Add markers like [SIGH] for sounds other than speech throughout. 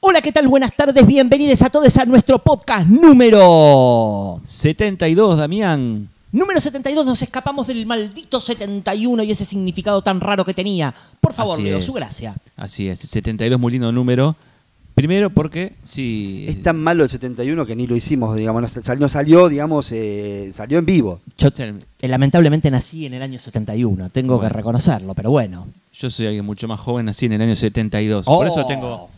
Hola, ¿qué tal? Buenas tardes, bienvenidos a todos a nuestro podcast número... 72, Damián. Número 72, nos escapamos del maldito 71 y ese significado tan raro que tenía. Por favor, Así Leo, es. su gracia. Así es, 72, muy lindo número. Primero porque, sí. Es tan malo el 71 que ni lo hicimos, digamos, no, sal- no salió, digamos, eh, salió en vivo. Yo eh, lamentablemente nací en el año 71, tengo Bueno. que reconocerlo, pero bueno. Yo soy alguien mucho más joven, nací en el año 72. Oh. Pues Por eso tengo.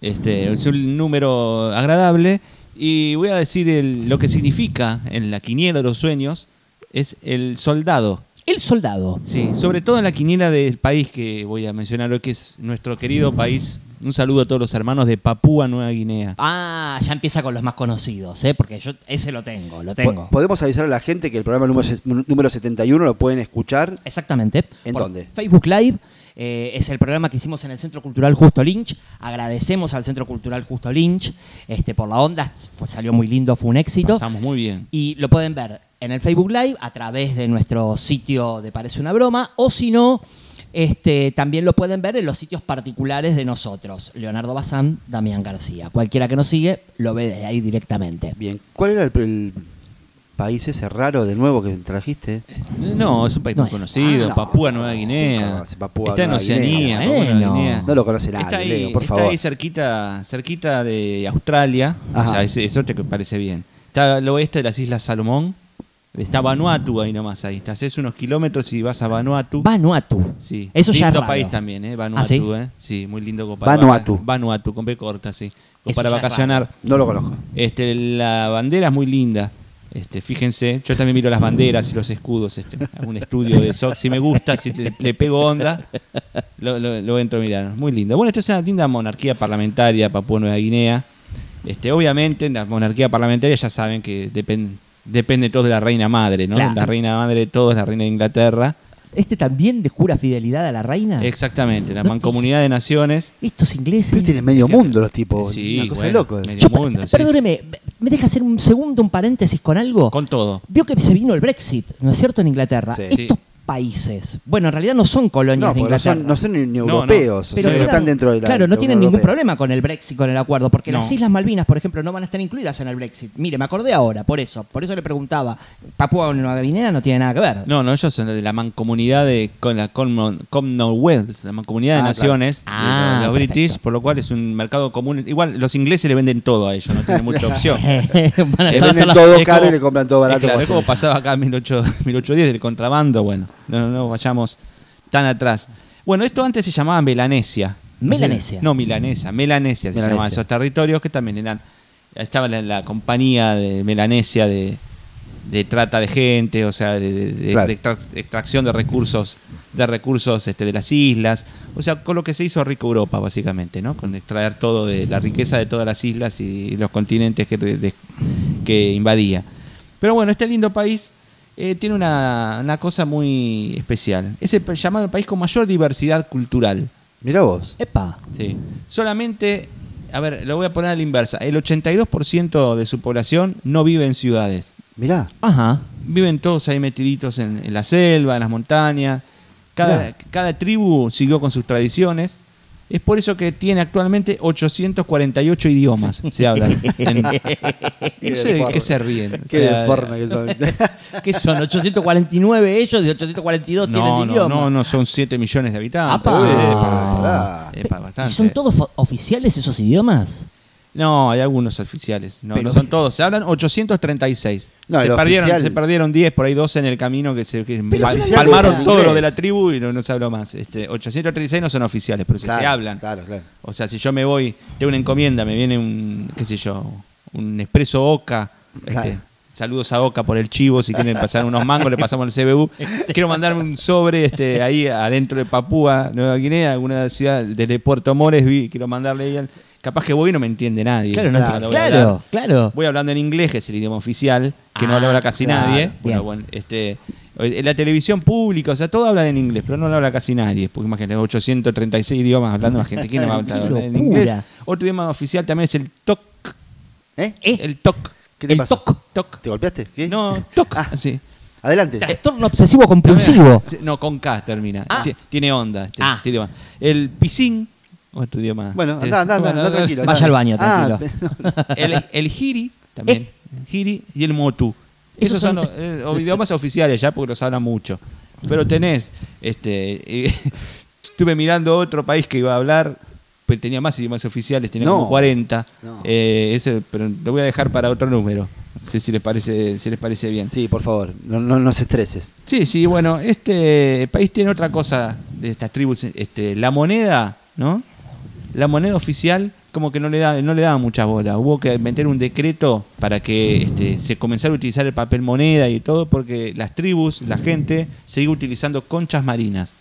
Este, es un número agradable. Y voy a decir el- lo que significa en la quiniela de los sueños: es el soldado. El soldado. Sí, sobre todo en la quiniela del país que voy a mencionar hoy, que es nuestro querido país. Un saludo a todos los hermanos de Papúa Nueva Guinea. Ah, ya empieza con los más conocidos, ¿eh? porque yo ese lo tengo, lo tengo. Po- Podemos avisar a la gente que el programa número, se- número 71 lo pueden escuchar. Exactamente. ¿En Por dónde? Facebook Live. eh, es el programa que hicimos en el Centro Cultural Justo Lynch. Agradecemos al Centro Cultural Justo Lynch este, por la onda. Fue- salió muy lindo, fue un éxito. Pasamos muy bien. Y lo pueden ver en el Facebook Live a través de nuestro sitio de Parece una Broma. O si no, este, también lo pueden ver en los sitios particulares de nosotros. Leonardo Bazán, Damián García. Cualquiera que nos sigue lo ve desde ahí directamente. Bien, ¿cuál era el, el país ese raro de nuevo que trajiste? No, es un país No muy es- conocido. Ah, no. Papúa Nueva Sí, Guinea. conoce Papúa está en Nueva Oceanía. Guinea. Papúa Nueva Bueno. Guinea. No lo conoce nadie, está ahí, Leo, por está favor. ahí cerquita, cerquita de Australia. Ajá. O sea, es, es otro que parece bien. Está al oeste de las Islas Salomón. Está Vanuatu ahí nomás. Ahí estás, haces unos kilómetros y vas a Vanuatu. Vanuatu. Sí. Eso ya lindo es raro. país también, ¿eh? Vanuatu, ¿Ah, sí? ¿eh? Sí, muy lindo. como Vanuatu. Para, Vanuatu, con B corta, sí. Como Eso para ya es vacacionar. No lo conozco. Este, la bandera es muy linda. Este, fíjense, yo también miro las banderas y los escudos. Este, hago un estudio de eso. Si me gusta, si le, le pego onda, lo, lo- lo entro a mirar. Muy lindo. Bueno, esto es una linda monarquía parlamentaria, Papua Nueva Guinea. Este, obviamente, en la monarquía parlamentaria ya saben que depende depende todo de la reina madre, ¿no? Claro. La reina madre de todos, la reina de Inglaterra. ¿Este también le jura fidelidad a la reina? Exactamente, No la te- mancomunidad de naciones. Estos ingleses. Pero tienen medio mundo los tipos. Sí, una cosa de bueno, loco. medio- Yo, pa- mundo, sí, perdóneme, ¿me deja hacer un segundo, un paréntesis con algo? Con todo. Vio que se vino el Brexit, ¿no es cierto? En Inglaterra. Sí. Estos Sí. países, bueno, en realidad no son colonias No, de porque no Inglaterra. son, no son ni- ni No, no. europeos, o Pero sea, no claro, están dentro de la. Claro, no la tienen Unión ningún Europea. problema con el Brexit, con el acuerdo, porque No. las Islas Malvinas, por ejemplo, no van a estar incluidas en el Brexit. Mire, me acordé ahora, por eso, por eso le preguntaba. Papúa Nueva Guinea no tiene nada que ver. No, no, ellos son de la mancomunidad de con la Common- Commonwealth, la mancomunidad de Ah, naciones, claro. de los- Ah, los perfecto. british, por lo cual es un mercado común. Igual los ingleses le venden todo a ellos, no tienen mucha [LAUGHS] opción. Van a estar Le hasta venden los- todo es caro y le compran todo es barato, Claro, como es como hacen. pasaba acá en [LAUGHS] 18, 1810 del contrabando, bueno, no, no vayamos tan atrás. Bueno, esto antes se llamaba Melanesia. Melanesia. No, Milanesa, Melanesia se Melanesia. llamaban esos territorios que también eran, estaba la, la compañía de Melanesia de, de trata de gente, o sea, de, de- de- Claro. de extra- extracción de recursos, de recursos este, de las islas, o sea, con lo que se hizo rico Europa, básicamente, ¿no? Con extraer todo de la riqueza de todas las islas y los continentes que, de- de- que invadía. Pero bueno, este lindo país eh, tiene una, una cosa muy especial. Es el pa- llamado el país con mayor diversidad cultural. Mirá vos. Epa. Sí. Solamente, a ver, lo voy a poner a la inversa. El 82% de su población no vive en ciudades. [LAUGHS] Mirá. Ajá. Viven todos ahí metiditos en, en la selva, en las montañas. Cada, Claro. cada tribu siguió con sus tradiciones. Es por eso que tiene actualmente 848 idiomas. Se [LAUGHS] hablan. En- no sé de qué se ríen. O Qué sea, deforme [LAUGHS] que son. [LAUGHS] ¿Qué son? 849 ellos y 842 tienen no, no, idioma. no, no, son 7 millones de habitantes. Apa. Epa, Ah. epa, ¿Y bastante. son todos o- oficiales esos idiomas? No, hay algunos oficiales. No, Pero- no son todos. Se hablan 836. No, se, el perdieron, oficial- se perdieron 10, por ahí 12 en el camino que se que Pero son pal- los palmaron oficiales. todo lo de la tribu y no, no se habló más. Este, 836 no son oficiales, pero se- se Claro, hablan. Claro, claro. O sea, si yo me voy, tengo una encomienda, me viene un, qué sé yo, un expreso Oca. este, Claro. Saludos a Oca por el chivo, si quieren pasar unos mangos, le pasamos el CBU. Este. Quiero mandarme un sobre este, ahí adentro de Papúa, Nueva Guinea, alguna ciudad, desde Puerto Moresby, quiero mandarle ahí al- Capaz que voy y no me entiende nadie. Claro, no Nada, entiendo. voy a Claro, hablar. claro. Eh, Voy hablando en inglés, que es el idioma oficial, que no Ah, lo habla casi claro, nadie. bien. Bueno, bueno, este, en la televisión pública, o sea, todo habla en inglés, pero no lo habla casi nadie. Porque imagínate, 836 idiomas hablando la gente. ¿Quién va a hablar [LAUGHS] ¡Qué en inglés? locura! Otro idioma oficial también es el TOC. ¿Eh? El TOC. ¿Qué te el pasa? toc. TOC. ¿Te golpeaste? ¿Qué? No, TOC. Ah. Sí. Adelante. Trastorno obsesivo compulsivo. No, con K termina. Ah. Ti- Tiene onda. este- Ah. este idioma. El pisín. Otro idioma. Bueno, Te- anda, anda, anda, Bueno, anda tranquilo. Vaya anda. al baño, [LAUGHS] tranquilo. Ah, pe- El, el Hiri también. Hiri y el Motu. Eh. Esos son, los, eh, o idiomas oficiales ya porque los hablan mucho. Pero tenés, este, eh, [LAUGHS] estuve mirando otro país que iba a hablar, pero tenía más idiomas oficiales, tenía No. como 40. No. Eh, ese, pero lo voy a dejar para otro número. No sé si les parece, si les parece bien. Sí, por favor, no, no, no se estreses. Sí, sí, bueno, este país tiene otra cosa de estas tribus, este, la moneda, ¿no? La moneda oficial como que no le da, no le daba muchas bolas. Hubo que meter un decreto para que este, se comenzara a utilizar el papel moneda y todo, porque las tribus, la gente, sigue utilizando conchas marinas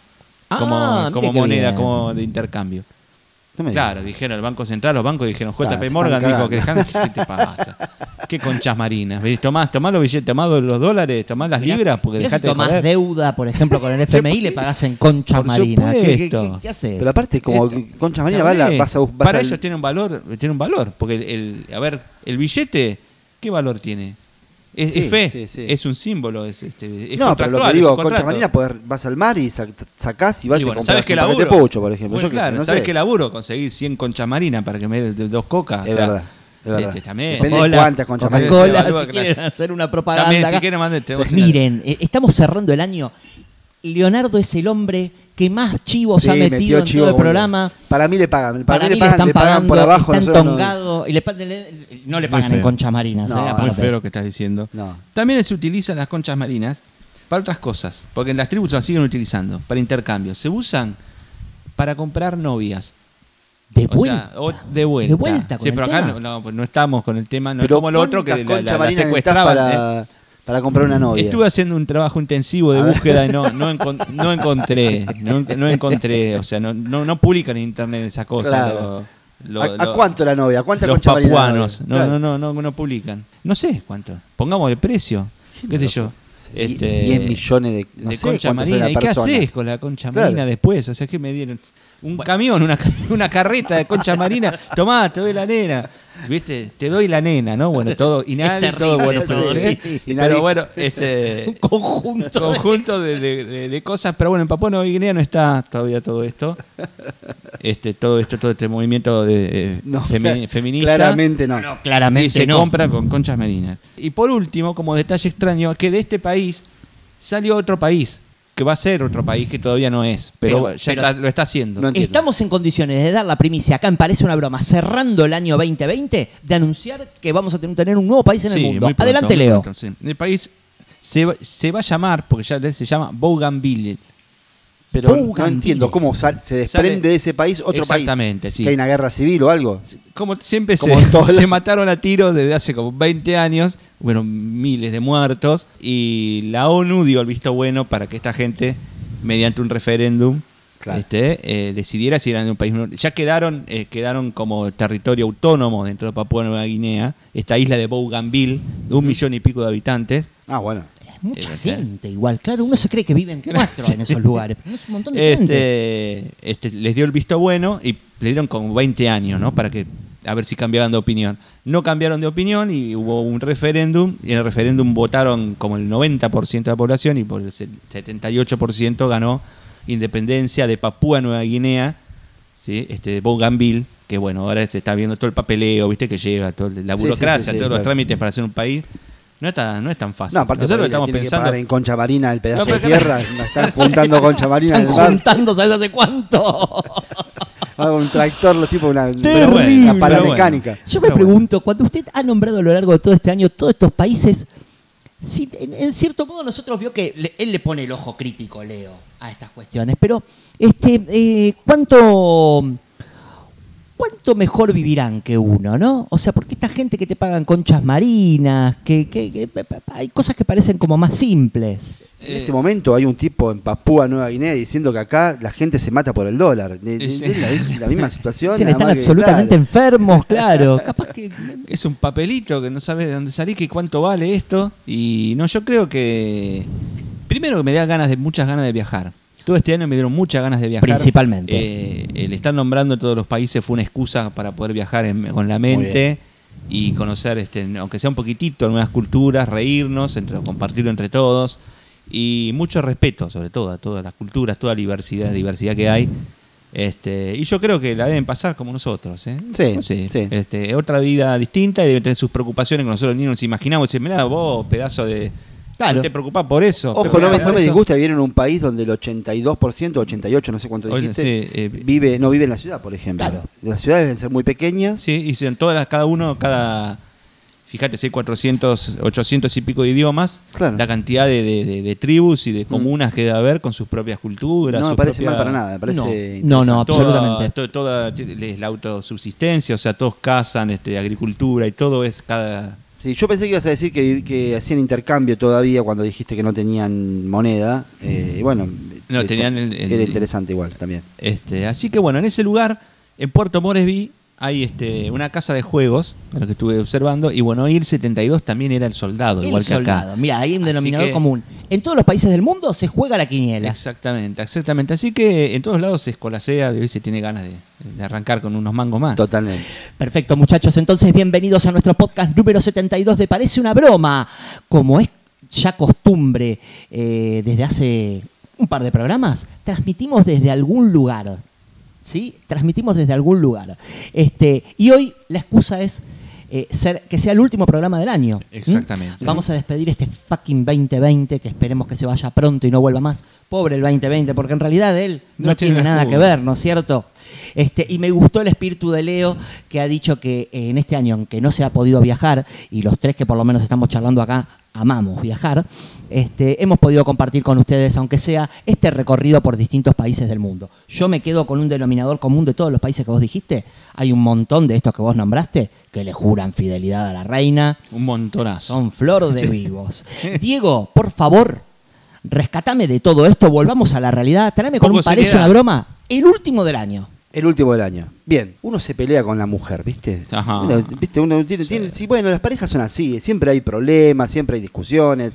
como, Ah, mire como qué moneda, bien. como de intercambio. No me Claro, dijeron el Banco Central, los bancos dijeron, Ah, se JP están Morgan dijo cagando. que dejan, ¿qué te pasa? ¿Qué conchas marinas? ¿Ves? Tomás, tomás los billetes, tomás los dólares, tomás las Mirá, libras, porque mirá si dejate de tomás joder. deuda, por ejemplo, con el FMI y le pagás en concha Por marina. ¿Qué, qué, supuesto. qué- qué haces? Pero aparte, como Esto- Concha Marina, Está va la- bien. vas a bus- vas Este, Para al- ellos tiene un valor, tiene un valor, porque el, el- a ver, el billete, ¿qué valor tiene? Es, Sí, es fe, sí, sí. es un símbolo, es, este, es No, pero lo contractual, que es digo, un Concha contrato. Marina, podés- vas al mar y sac- sacás y vas Y y bueno, compras ¿sabes qué un paquete laburo? de pocho, por ejemplo. Bueno, Yo qué sé, claro, no ¿sabes sé. qué laburo? Conseguir 100 conchas marinas para que me dé dos cocas. Es o sea, verdad, es verdad. este, también. Depende de Hola, cuántas conchas marinas. Se Coca-Cola, evalúa, si claro. quieren hacer una propaganda. También, si acá. quieren, manden, este tenemos Sí. una- Miren, eh, estamos cerrando el año. Leonardo es el hombre que más chivos Sí, ha metió metido en chivo todo el como- programa. Para mí le pagan. Para, Para, mí mí le pagan, están le pagan pagando, por abajo. están nosotros no- tongados. y le pa- le- no le Muy pagan en feo. conchas marinas. No, eh, muy Muy aparte. feo lo que estás diciendo. No. También se utilizan las conchas marinas para otras cosas, porque en las tribus las siguen utilizando, para intercambios. Se usan para comprar novias. De O sea, vuelta. o de vuelta. De vuelta con Sí, el pero acá tema. no, no, pues no estamos con el tema, no es Pero como lo otro que ¿cuántas la- la, conchas la marinas necesitas secuestraban. ¿eh? Para, para comprar una novia. Estuve haciendo un trabajo intensivo de A ver. búsqueda y [LAUGHS] no, no, encon- no encontré, no, en- no encontré, o sea, no, no, no publican en internet esas cosas. Claro. lo- ¿A, lo- a lo- cuánto la novia? ¿A cuánta los concha marina la papuanos. novia? No, Claro. no, no, no, no publican. No sé cuánto. Pongamos el precio. ¿Qué sé yo? Este, Die- 10 millones de- no sé concha cuánto marina. será la ¿Y qué persona? haces con la concha Claro. marina después? O sea, ¿qué me dieron? Un camión, una, [LAUGHS] ca- una carreta de concha marina. Tomá, te doy la nena. ¿Viste? Te doy la nena, ¿no? Bueno, todo. Y nada, terrible todo [LAUGHS] bueno. todo, pero, ¿eh? sí, sí. pero bueno, este. Un conjunto. de- Conjunto de, de- de- de cosas, pero bueno, en Papua Nueva Guinea no está todavía todo esto. Este, todo esto, todo este movimiento de, eh, No, [LAUGHS] femi- feminista. Claramente no. No, Y claramente se no. compra con conchas marinas. Y por último, como detalle extraño, que de este país salió otro país, que va a ser otro país que todavía no es, pero, Pero- ya pero- está- lo está haciendo. No entiendo. Estamos en condiciones de dar la primicia acá, me parece una broma, cerrando el año 2020, de anunciar que vamos a tener- tener un nuevo país en el Sí, mundo. muy pronto, Adelante, muy Leo. pronto, sí. El país se, va- se va a llamar, porque ya se llama Bougainville. Pero no Bougainville. entiendo cómo sal- se desprende Sale- de ese país otro país. Exactamente, sí. Que hay una guerra civil o algo. Como siempre Como se, en [LAUGHS] todos se lados. mataron a tiros desde hace como 20 años, bueno, miles de muertos, y la ONU dio el visto bueno para que esta gente, mediante un referéndum, Claro. este, eh, decidiera si eran de un país. menor. Ya quedaron, eh, quedaron como territorio autónomo dentro de Papua Nueva Guinea, esta isla de Bougainville, de un millón y pico de habitantes. Ah, bueno. Mucha Eh, gente igual, claro, uno se cree que viven cuatro en [LAUGHS] esos lugares, pero es un montón de gente. Este, este, les dio el visto bueno y le dieron como 20 años, ¿no? Para que a ver si cambiaban de opinión. No cambiaron de opinión y hubo un referéndum y en el referéndum votaron como el 90% de la población y por el se- 78% ganó independencia de Papúa Nueva Guinea, ¿sí? Este Bougainville, que bueno, ahora se está viendo todo el papeleo, ¿viste? que lleva todo el- la Sí, burocracia, sí, sí, sí, todos los claro. trámites para hacer un país. No es tan, no es tan fácil. No, aparte Nosotros por lo ahí le estamos tiene que pensando pagar en Concha Marina el pedazo No, de pero- tierra. [LAUGHS] la Están juntando Concha Marina en Están el mar. juntando, ¿sabes hace cuánto? Ah, Un tractor, los tipos, una, Terrible. una pala Pero bueno. mecánica. Yo me Pero pregunto, cuando usted ha nombrado a lo largo de todo este año todos estos países, si, en, en cierto modo nosotros vio que le- él le pone el ojo crítico, Leo, a estas cuestiones, pero este, eh, ¿cuánto, ¿cuánto mejor vivirán que uno, no? O sea, porque esta gente que te pagan conchas marinas, que, que- que- hay cosas que parecen como más simples. En Eh, este momento hay un tipo en Papúa Nueva Guinea diciendo que acá la gente se mata por el dólar. De- de- Sí. de la, es la [LAUGHS] misma situación. Dicen, nada están más que- absolutamente claro. enfermos, claro. Capaz que Es un papelito que no sabes de dónde salí, que cuánto vale esto. Y no, yo creo que. Primero que me da ganas de, muchas ganas de viajar. Todo este año me dieron muchas ganas de viajar. Principalmente. Eh, el estar nombrando todos los países fue una excusa para poder viajar en- con la mente y conocer, este, aunque sea un poquitito, nuevas culturas, reírnos, entre- compartirlo entre todos. Y mucho respeto, sobre todo, a todas las culturas, toda la diversidad, diversidad que hay. Este, y yo creo que la deben pasar como nosotros. ¿eh? Sí, No sé, sí. este, otra vida distinta y deben tener sus preocupaciones que nosotros ni nos imaginamos. Decir, mirá, vos, pedazo de. Claro. No te preocupás por eso. Ojo, pero no me, mirá, no me eso- disgusta vivir en un país donde el 82%, 88%, no sé cuánto Oye, dijiste, sí, eh, vive, no vive en la ciudad, por ejemplo. Claro. Las ciudades deben ser muy pequeñas. Sí, y son todas las, cada uno, cada. Fíjate, si hay 400, 800 y pico de idiomas, Claro. Mm. la cantidad de, de- de- de tribus y de comunas que debe haber con sus propias culturas. no me sus parece mal propias- para nada, me parece No, interesante. no, no. toda- absolutamente. to- Toda, es la autosubsistencia, o sea, todos cazan, este, agricultura y todo es cada. Sí, yo pensé que ibas a decir que, que hacían intercambio todavía cuando dijiste que no tenían moneda. Eh, y bueno, No, esto- tenían el- el- era interesante igual también. Este, así que bueno, en ese lugar, en Puerto Moresby, hay este, una casa de juegos, a lo que estuve observando, y bueno, ahí el 72 también era el soldado, igual el que acá. soldado. Mira, hay un Así denominador que- común. En todos los países del mundo se juega la quiniela. Exactamente, exactamente. Así que en todos lados se escolacea y hoy se tiene ganas de, de arrancar con unos mangos más. Totalmente. Perfecto, muchachos. Entonces, bienvenidos a nuestro podcast número 72 de Parece una broma. Como es ya costumbre eh, desde hace un par de programas, transmitimos desde algún lugar. ¿Sí? Transmitimos desde algún lugar. Este, y hoy la excusa es eh, ser, que sea el último programa del año. ¿Mm? Exactamente. Vamos a despedir este fucking 2020 que esperemos que se vaya pronto y no vuelva más. Pobre el 2020, porque en realidad él no, No tiene tiene la nada culpa. que ver. ¿no es cierto? Este, y me gustó el espíritu de Leo que ha dicho que eh, en este año, aunque no se ha podido viajar, y los tres que por lo menos estamos charlando acá amamos viajar, este, hemos podido compartir con ustedes, aunque sea este recorrido por distintos países del mundo. Yo me quedo con un denominador común de todos los países que vos dijiste. Hay un montón de estos que vos nombraste que le juran fidelidad a la reina, Un montonazo. son flor de vivos. Diego, por favor, rescatame de todo esto, volvamos a la realidad. Tráeme con Poco un parece seriedad. una broma. El último del año. El último del año. Bien, uno se pelea con la mujer, ¿viste? Ajá. Uno, ¿Viste? Uno tiene, tiene- sí, bueno, las parejas son así, siempre hay problemas, siempre hay discusiones.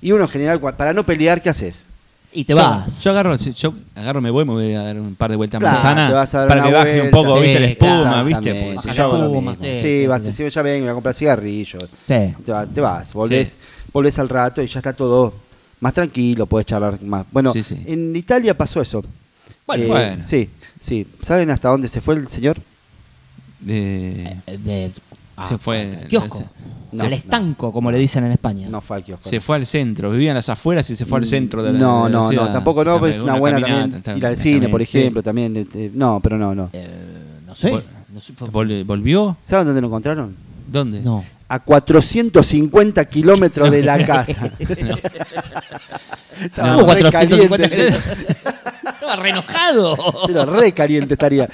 Y uno en general, cua- para no pelear, ¿qué haces? Y te Yo- vas. Yo agarro, si- yo agarro, me voy, me voy a dar un par de vueltas Claro, manzana te vas a dar para una que baje un vuelta. poco, viste, la Sí, espuma, claro, viste, Exactamente. porque si Baja la Yo yo- hago lo espuma, mismo. sí, Sí, sí, vas, sí. si ya vengo, voy a comprar cigarrillos. Sí. Te, va- te vas, volvés, volvés al rato y ya está todo más tranquilo, podés charlar más. Bueno, Sí, sí. en Italia pasó eso. Eh, Bueno, bueno. Sí, sí. ¿Saben hasta dónde se fue el señor? Eh, Eh, de- ah, Se fue. al Kiosco. No, al no. estanco, como le dicen en España. No fue al kiosco. se fue al centro, vivía en las afueras y se fue al centro de la Mm, no, de la no, ciudad. no, tampoco no, Sí, pues una, buena también. caminata, ir al cine, por exactamente, sí. ejemplo, también. este, no, pero no, no. Eh, no sé. Vol- No sé, fue- vol- ¿Volvió? ¿Saben dónde lo encontraron? ¿Dónde? no. A 450 kilómetros [LAUGHS] de la casa. Estaba Hubo re 450 caliente. [LAUGHS] Estaba re enojado. Pero re caliente estaría.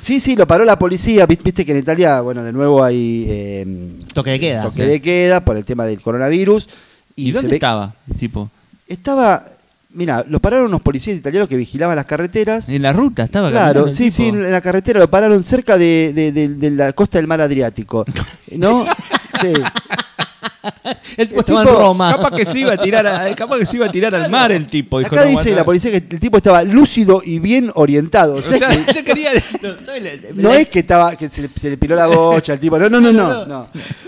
Sí, sí, lo paró la policía. Vi- Viste que en Italia, bueno, de nuevo hay eh, Toque de queda. toque de queda por el tema del coronavirus. ¿Y, se dónde ve- estaba? el Tipo, Estaba, mira, lo pararon unos policías italianos que vigilaban las carreteras. en la ruta estaba. caminando Claro, el sí, tipo. sí, en la carretera lo pararon cerca de, de- de- de la costa del mar Adriático. ¿No? Sí. El tipo El estaba en tipo- Roma. Capaz que se iba a tirar, [LAUGHS] a- capaz que se iba a tirar al mar el tipo. dijo, Acá no, dice bueno. la policía que el tipo estaba lúcido y bien orientado. O O sea, sea, [LAUGHS] que yo quería. [LAUGHS] [LAUGHS] no es que estaba que se le, se le piló la bocha al tipo. No, no, no, no. No,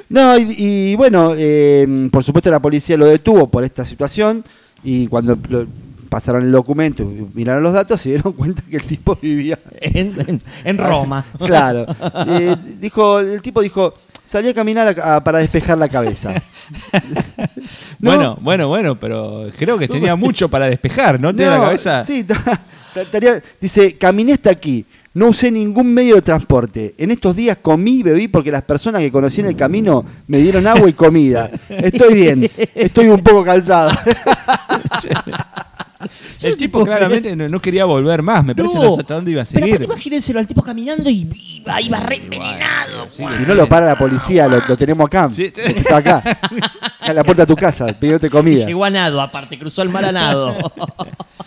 No, y, y bueno, eh, por supuesto la policía lo detuvo por esta situación y cuando lo- pasaron el documento y miraron los datos se dieron cuenta que el tipo vivía En, en- en Roma. [LAUGHS] Claro. Eh, dijo, el tipo dijo, salí a caminar a- a- para despejar la cabeza. ¿No? Bueno, bueno, bueno, pero creo que tenía mucho para despejar, [LAUGHS] ¿no? Tenía No, la cabeza. Sí, [LAUGHS] ta- ta- estaría- dice, caminé hasta aquí. No usé ningún medio de transporte. En estos días comí y bebí porque las personas que conocí en el camino me dieron agua y comida. Estoy bien. Estoy un poco [LAUGHS] cansada. Yo El no te tipo puedo creer. claramente no, no quería volver más, me parece, no, No. sé hasta dónde iba a Pero seguir. aparte, imagínenselo al tipo caminando y, y va- iba re envenenado. Sí, Si no lo para la policía, lo, lo tenemos acá. Sí. [LAUGHS] Está acá. A la puerta de tu casa, pidiéndote comida. Llegó a nado, aparte, cruzó el mar a [LAUGHS] nado.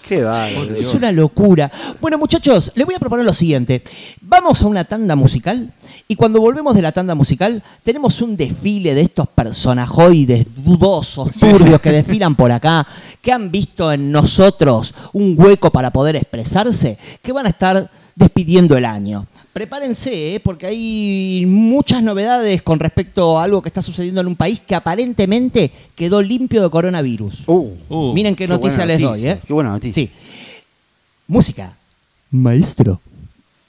Qué bárbaro. Es una locura. Bueno, muchachos, les voy a proponer lo siguiente. Vamos a una tanda musical y cuando volvemos de la tanda musical tenemos un desfile de estos personajoides dudosos, turbios que desfilan por acá, que han visto en nosotros un hueco para poder expresarse, que van a estar despidiendo el año. Prepárense, ¿eh? porque hay muchas novedades con respecto a algo que está sucediendo en un país que aparentemente quedó limpio de coronavirus. Uh, Uh, Miren qué, qué noticia buena les noticia, doy, ¿eh? qué buena noticia. Sí. Música. Maestro.